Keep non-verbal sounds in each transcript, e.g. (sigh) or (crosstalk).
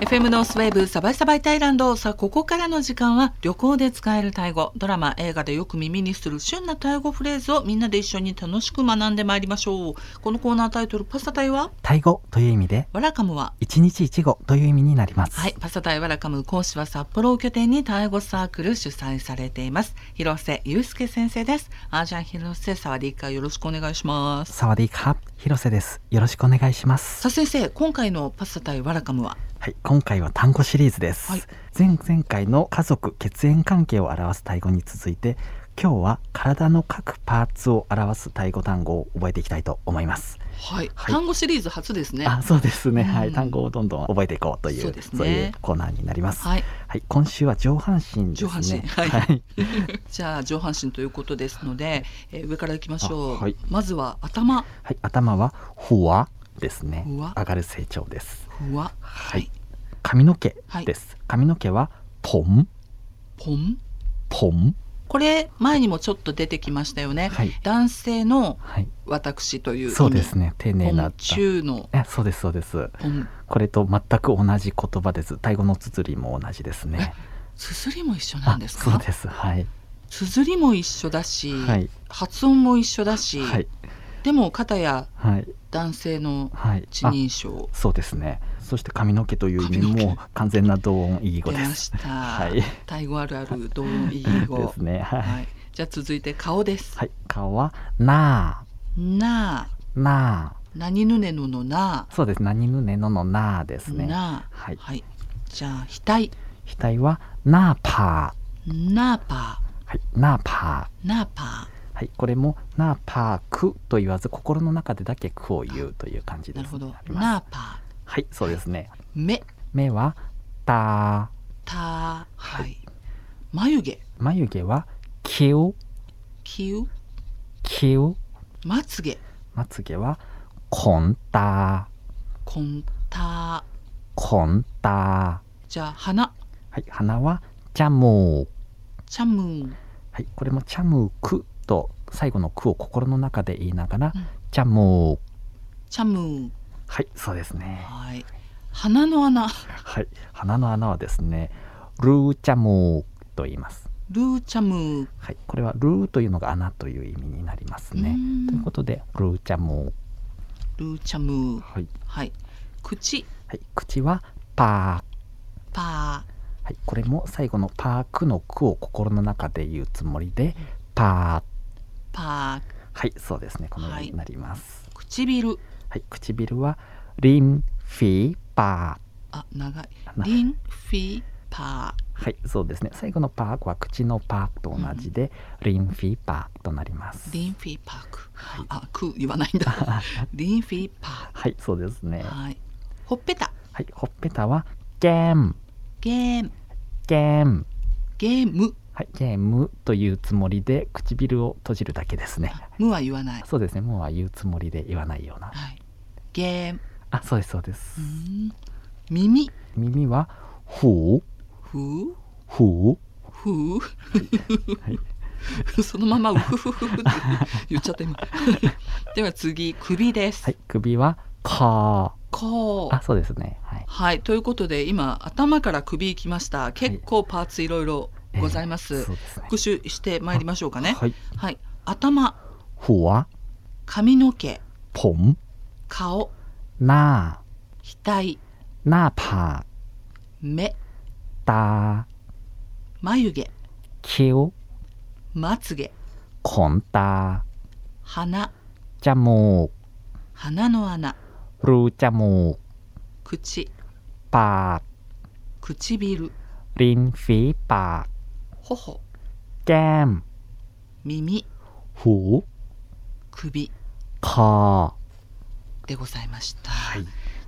FM ノースウェーブサバイサバイタイランドさあここからの時間は旅行で使えるタイ語ドラマ映画でよく耳にする旬なタイ語フレーズをみんなで一緒に楽しく学んでまいりましょうこのコーナータイトルパスタタイはタイ語という意味でワラカムは一日一語という意味になります、はいパスタタイワラカム講師は札幌を拠点にタイ語サークル主催されています広瀬祐介先生ですアージャン広瀬サワディーカよろしくお願いしますサワディーカ広瀬ですよろしくお願いしますさあ先生今回のパスタタイワラカムははい今回は単語シリーズです、はい前々回の家族血縁関係を表すタイ語に続いて今日は体の各パーツを表すタイ語単語を覚えていきたいと思います、はい、はい単語シリーズ初ですねあそうですね、はういん単語をどんどん覚えていこうというそそううですねいうコーナーになりますはい、はい今週は上半身ですね上半身はいはい、じゃあ上半身ということですので、えー上からいきましょう、あはいまずは頭はい頭はほわですねほわ上がる成長ですふわはい髪の毛はいです、髪の毛はポンポンポンこれ前にもちょっと出てきましたよね、はい男性のはい私という意味そうですね丁寧ポなン中のえそうですそうですポンこれと全く同じ言葉ですタイ語の綴りも同じですね綴りも一緒なあんですそうかですはい綴りも一緒だし、はい発音も一緒だし、はいでも片やはい男性のはい一あ人称そうですねそして髪の毛という意味髪の毛も完全な同音異義語出でますした、はいタイ語あるある同音異義語ですねはい、はい、じゃあ続いて顔です、はい、顔はななああな何ぬねののなあそうです何ぬねののなあですねなあはいはいじゃあ額額はなあパなあぱーはいなあパなあぱーはいこれもなあパーくと言わず心の中でだけくを言うという感じですなるほどありますなあぱはいそうですね目目はたたはい眉毛眉毛はきゅきゅきゅまつげまつ毛はこんたこんたこんたじゃあ鼻はい鼻はジャムーチャムーはい、これも「チャムク」と最後の「ク」を心の中で言いながらうん「チャムーチャムー」はいそうですねはい鼻の穴はい鼻の穴はですね「ルーチャムー」と言います、ルーチャムーはい、これは「ルー」というのが穴という意味になりますうねんということで「ルーチャムールーチャムー」はい、はい口はい、口は「パーパ」はい、これも最後の「パーク」の「ク」を心の中で言うつもりで「ーパパー」はいそうですねこのようになります、ー唇はい唇は「リンフィーパあ長いー」リンフィパーはい、そうですね。最後のパークは口のパークと同じで、リンフィーパークとなります。リンフィーパーク。あ、く言わないん (laughs) だ。リンフィーパはい、そうですーねク。。はい。ほっぺた。はい、ほっぺたはゲーム、ゲーム。ゲーム。ゲーム。はい、ゲームというつもりで唇を閉じるだけですね。むは言わない。そうですね。もうは言うつもりで言わないような。はい。ゲーム。あ、そうですそうでうすー。ん耳。耳はほう、ふう。ほう。ふう。 (laughs) そのままうふふふふって言っちゃ (laughs) った今。では次、首です。はい、首はかこうあ、。そうですね。はい。はい。ということで、今、頭から首いきました。結構パーツいろいろございまえーすそ。うですね。復習してまいりましょうかね。はい。はい。頭。ほわ、髪の毛ぽん、顔な、額なパー、目た。眉毛 คิ้ว まつげ ขนตา 鼻 จมูก 鼻の穴 รูจมูก 口 ปาก 唇 ริมฝีปาก 頬 แก้ม 耳 หู 首 คอ でございました、い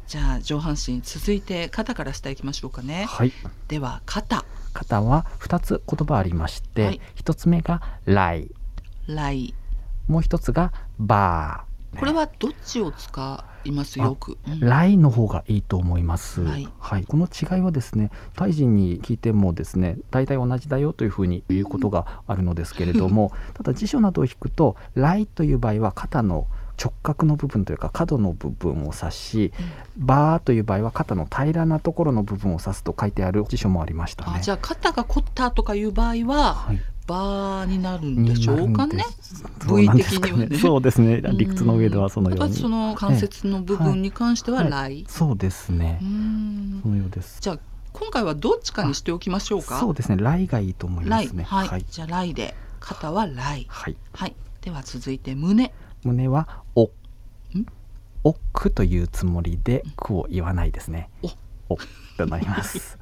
じゃあ上半身続いて肩から下いきましょうかねはいでは肩肩は2つ言葉ありましはて、い一1つ目が「来来」もう1つが「バー」これはどっちを使いますあよく、うんライの方がいいと思います、ははいいこの違いはですねタイ人に聞いてもですね大体同じだよというふうに (laughs) 言うことがあるのですけれどもただ辞書などを引くと「ライという場合は肩の直角の部分というか角の部分を指し、バーという場合は肩の平らなところの部分を指すと書いてある辞書もありましたね。あじゃあ肩が凝ったとかいう場合ははいバーになるんでしょうかね。そうなんです部位的にはねそうですね。理屈の上ではそのうんようだからそに。の関節の部分に関してはは来。いそうですねう。んそのようです。じゃあ今回はどっちかにしておきましょうか。そうですね。来がいいと思いま来すね。はい、はい。じゃあ来で肩は来。はいはい。では続いて胸。胸はお。おくというつもりでくを言わないですね。おとな (laughs) ります。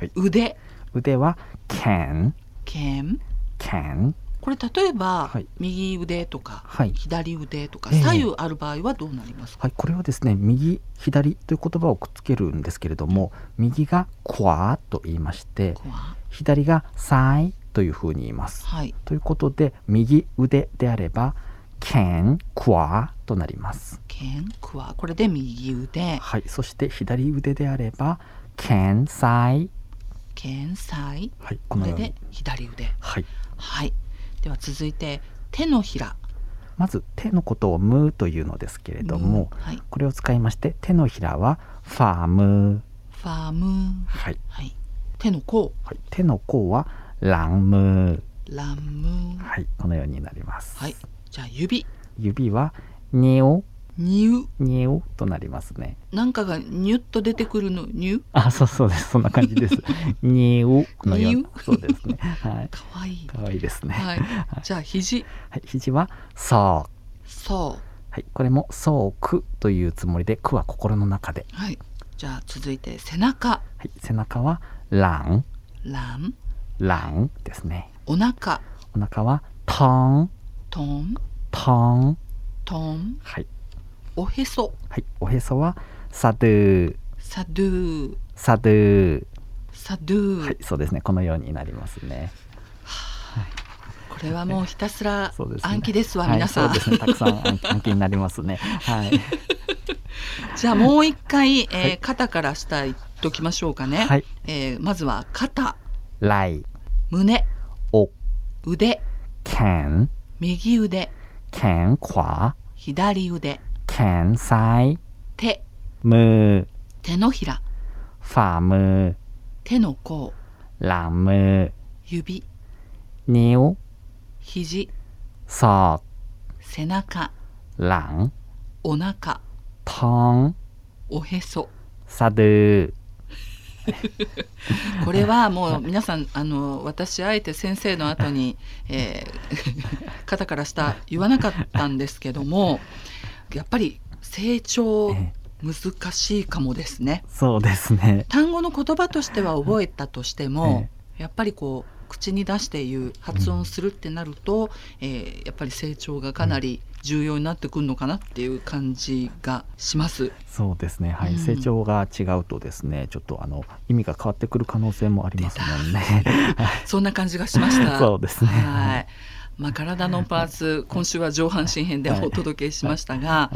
はい。腕。腕は can 剣。 can これ例えば、はい右腕とか、はい左腕とかええ左右ある場合はどうなりますか。はい、これはですね右左という言葉をくっつけるんですけれども右が「こわ」と言いましてここは左が「さい」というふうに言います。はい。ということで右腕であれば「けん」「こわ」となります。剣くわこれで右腕。はい、そして左腕であれば「けんさい剣才」。はい、ここのれようでに、左腕。はい、はい。では続いて手のひら。まず手のことを「む」というのですけれども、うんはい。これを使いまして手のひらは「ファムファム。はいはい。手の甲。」はい、手の甲は「ランム」ラム。はい、このようになります。はい。じゃあ指。指はにおニュにおとなりますね。なんかがニュッと出てくるの。ニュあ、そうそうです。そんな感じ (laughs) です。におのよにうおそうですね。はい。かわいい。可愛いですね。は、はいい。じゃあ肘。肘はそう。そはい、これもそうくというつもりで、くは心の中で。う。はい。じゃあ続いて背中。はい、背中はらんラン。らんですね。お腹。お腹はとんトン。とん。トン。はい、おへそ。はい、おへそはさでサドゥ。さで。サドゥ。はい、そうですね。このようになりますね。これはもうひたすらそうですね暗記ですわ、はい皆さん、そうですね。たくさん (laughs) 暗記暗記になりますね。はい。じゃあもう一回、えーはい肩からしたいときましょうかね、はい。えーまずは肩来、胸お、腕 can、右腕 can、kwa、左腕 can、sai、手 mu、手のひら fa、mu、手の甲 la、mu、指 niu、肘 so、背中 lang、お腹 tong、おへそ sadu。これは (laughs) もう皆さんあの私あえて先生の後に、え (laughs) ー肩から下言わなかったんですけどもやっぱり成長ええ難しいかもですね。 (laughs) そうですね。単語の言葉としては覚えたとしても、やっぱりこう口に出して言う発音するってなると、えーやっぱり成長がかなり重要になってくるのかなっていう感じがします。そうですね。はい、うん成長が違うとですね、ちょっとあの意味が変わってくる可能性もありますもんね。そんな感じがしました。 (laughs) そうですね。はい。まあ、体のパーツ、今週は上半身編ではいお届けしましたがは。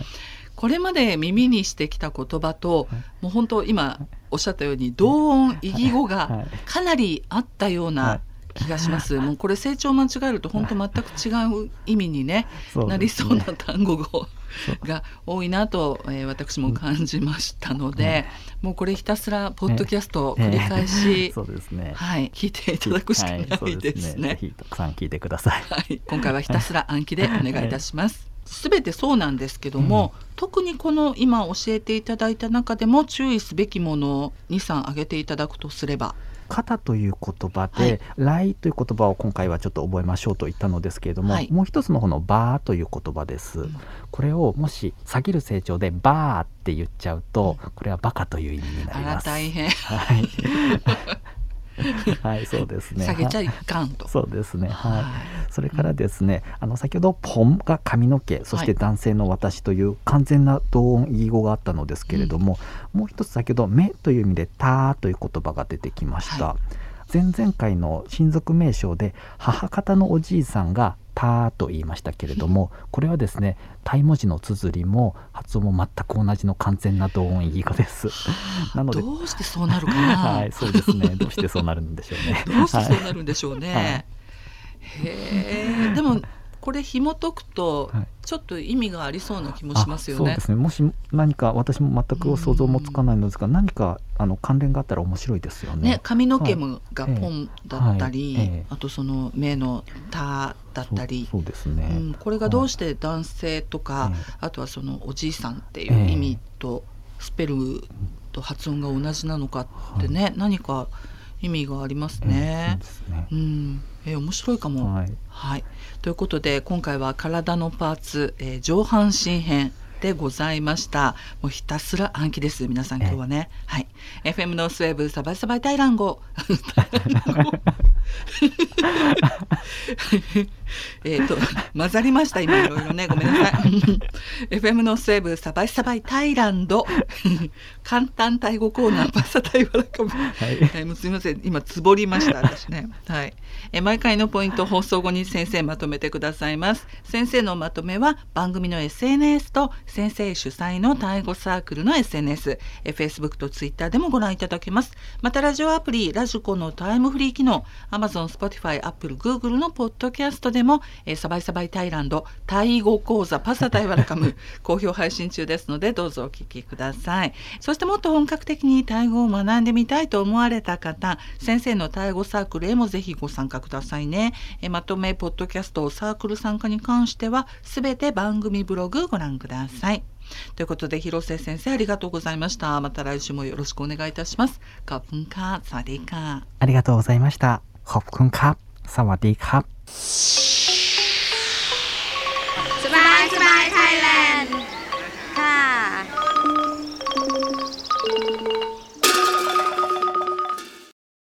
これまで耳にしてきた言葉とはい、もう本当今おっしゃったように、同音異義語が (laughs) はいかなりあったようはない気がし (laughs) ます。もうこれ成長間違えると、本当全く違う意味にね、そうですねなりそうな単語語が多いなと、えー私も感じましたので。もうこれひたすらポッドキャストを繰り返ええし (laughs) そ。うですね。はい、聞いていただくしかないはいそうですぜね。ひたくさん聞いてください。はい、今回はひたすら暗記でお願いいたします。すべてそうなんですけども、特にこの今教えていただいた中でも注意すべきものを2、3挙げていただくとすれば、肩という言葉で、来という言葉を今回はちょっと覚えましょうと言ったのですけれども、はいもう一つの方のバーという言葉です。んこれをもし下げる成長でバーって言っちゃうと、これはバカという意味になありらます。大変、はい。はい、そうですね。下げちゃいかんと。そうです (laughs) ね。はい。はそれからですね、あの先ほど「ポン」が髪の毛そして男性の私という完全な同音異義語があったのですけれども、もう一つ先ほど「目」という意味で「た」という言葉が出てきました、は前々回の親族名称で母方のおじいさんが「た」と言いましたけれどもこれはですねタイ文字の綴りも発音も全く同じの完全な同音異義語ですなのでどうしてそうなるかな。はいそうですねどうしてそうなるんでしょうねどうしてはいそうなるんでしょうね。へえ。でもこれ紐解くとはいちょっと意味がありそうな気もしますよあそうねで。すねもし何か私も全く想像もつかないのですが何かあの関連があったら面白いですよね。ね、髪の毛もがポンだったり、はいええあとその目の「た」だったりそうそうですう、ね、ん、これがどうして男性とか、えあとはそのおじいさんっていう意味とスペルと発音が同じなのかってね、何か意味がありますえね。そうですねうん、えー面白いかも。はいはい、ということで今回は体のパーツ、えー上半身編でございましたもうひたすら暗記です皆さんええ今日はね、はい、FM のスウェーブサバイサバイ大乱号えーと (laughs) 混ざりました今いろいろねごめんなさい (laughs) FM のスウェーブサバイサバイタイランド (laughs) 簡単タイ語コーナーパサタイワラカムはいはい、もうすみません、今つぼりました、私ね。はい、え、毎回のポイントを放送後に先生まとめてくださいます。先生のまとめは番組の S. N. S. と先生主催のタイ語サークルの S. N. S. え、フェイスブックとツイッターでもご覧いただけます。またラジオアプリラジコのタイムフリー機能、アマゾン、スポティファイ、アップル、グーグルのポッドキャストでも。えーサバイサバイタイランド、タイ語講座、パサタイワラカム、好評配信中ですので、どうぞお聞きください。そしてもっと本格的にタイ語を学んでみたいと思われた方、先生のタイ語サークルへもぜひご参加くださいね。えーまとめ、ポッドキャスト、サークル参加に関しては、すべて番組ブログご覧ください。ということで、広瀬先生ありがとうございました。また来週もよろしくお願いいたします。カプンカー、サワディーカー。ありがとうございました。ขอบคุณครับสวัสดีครับ สบายสบายไทยแลนด์ค่ะ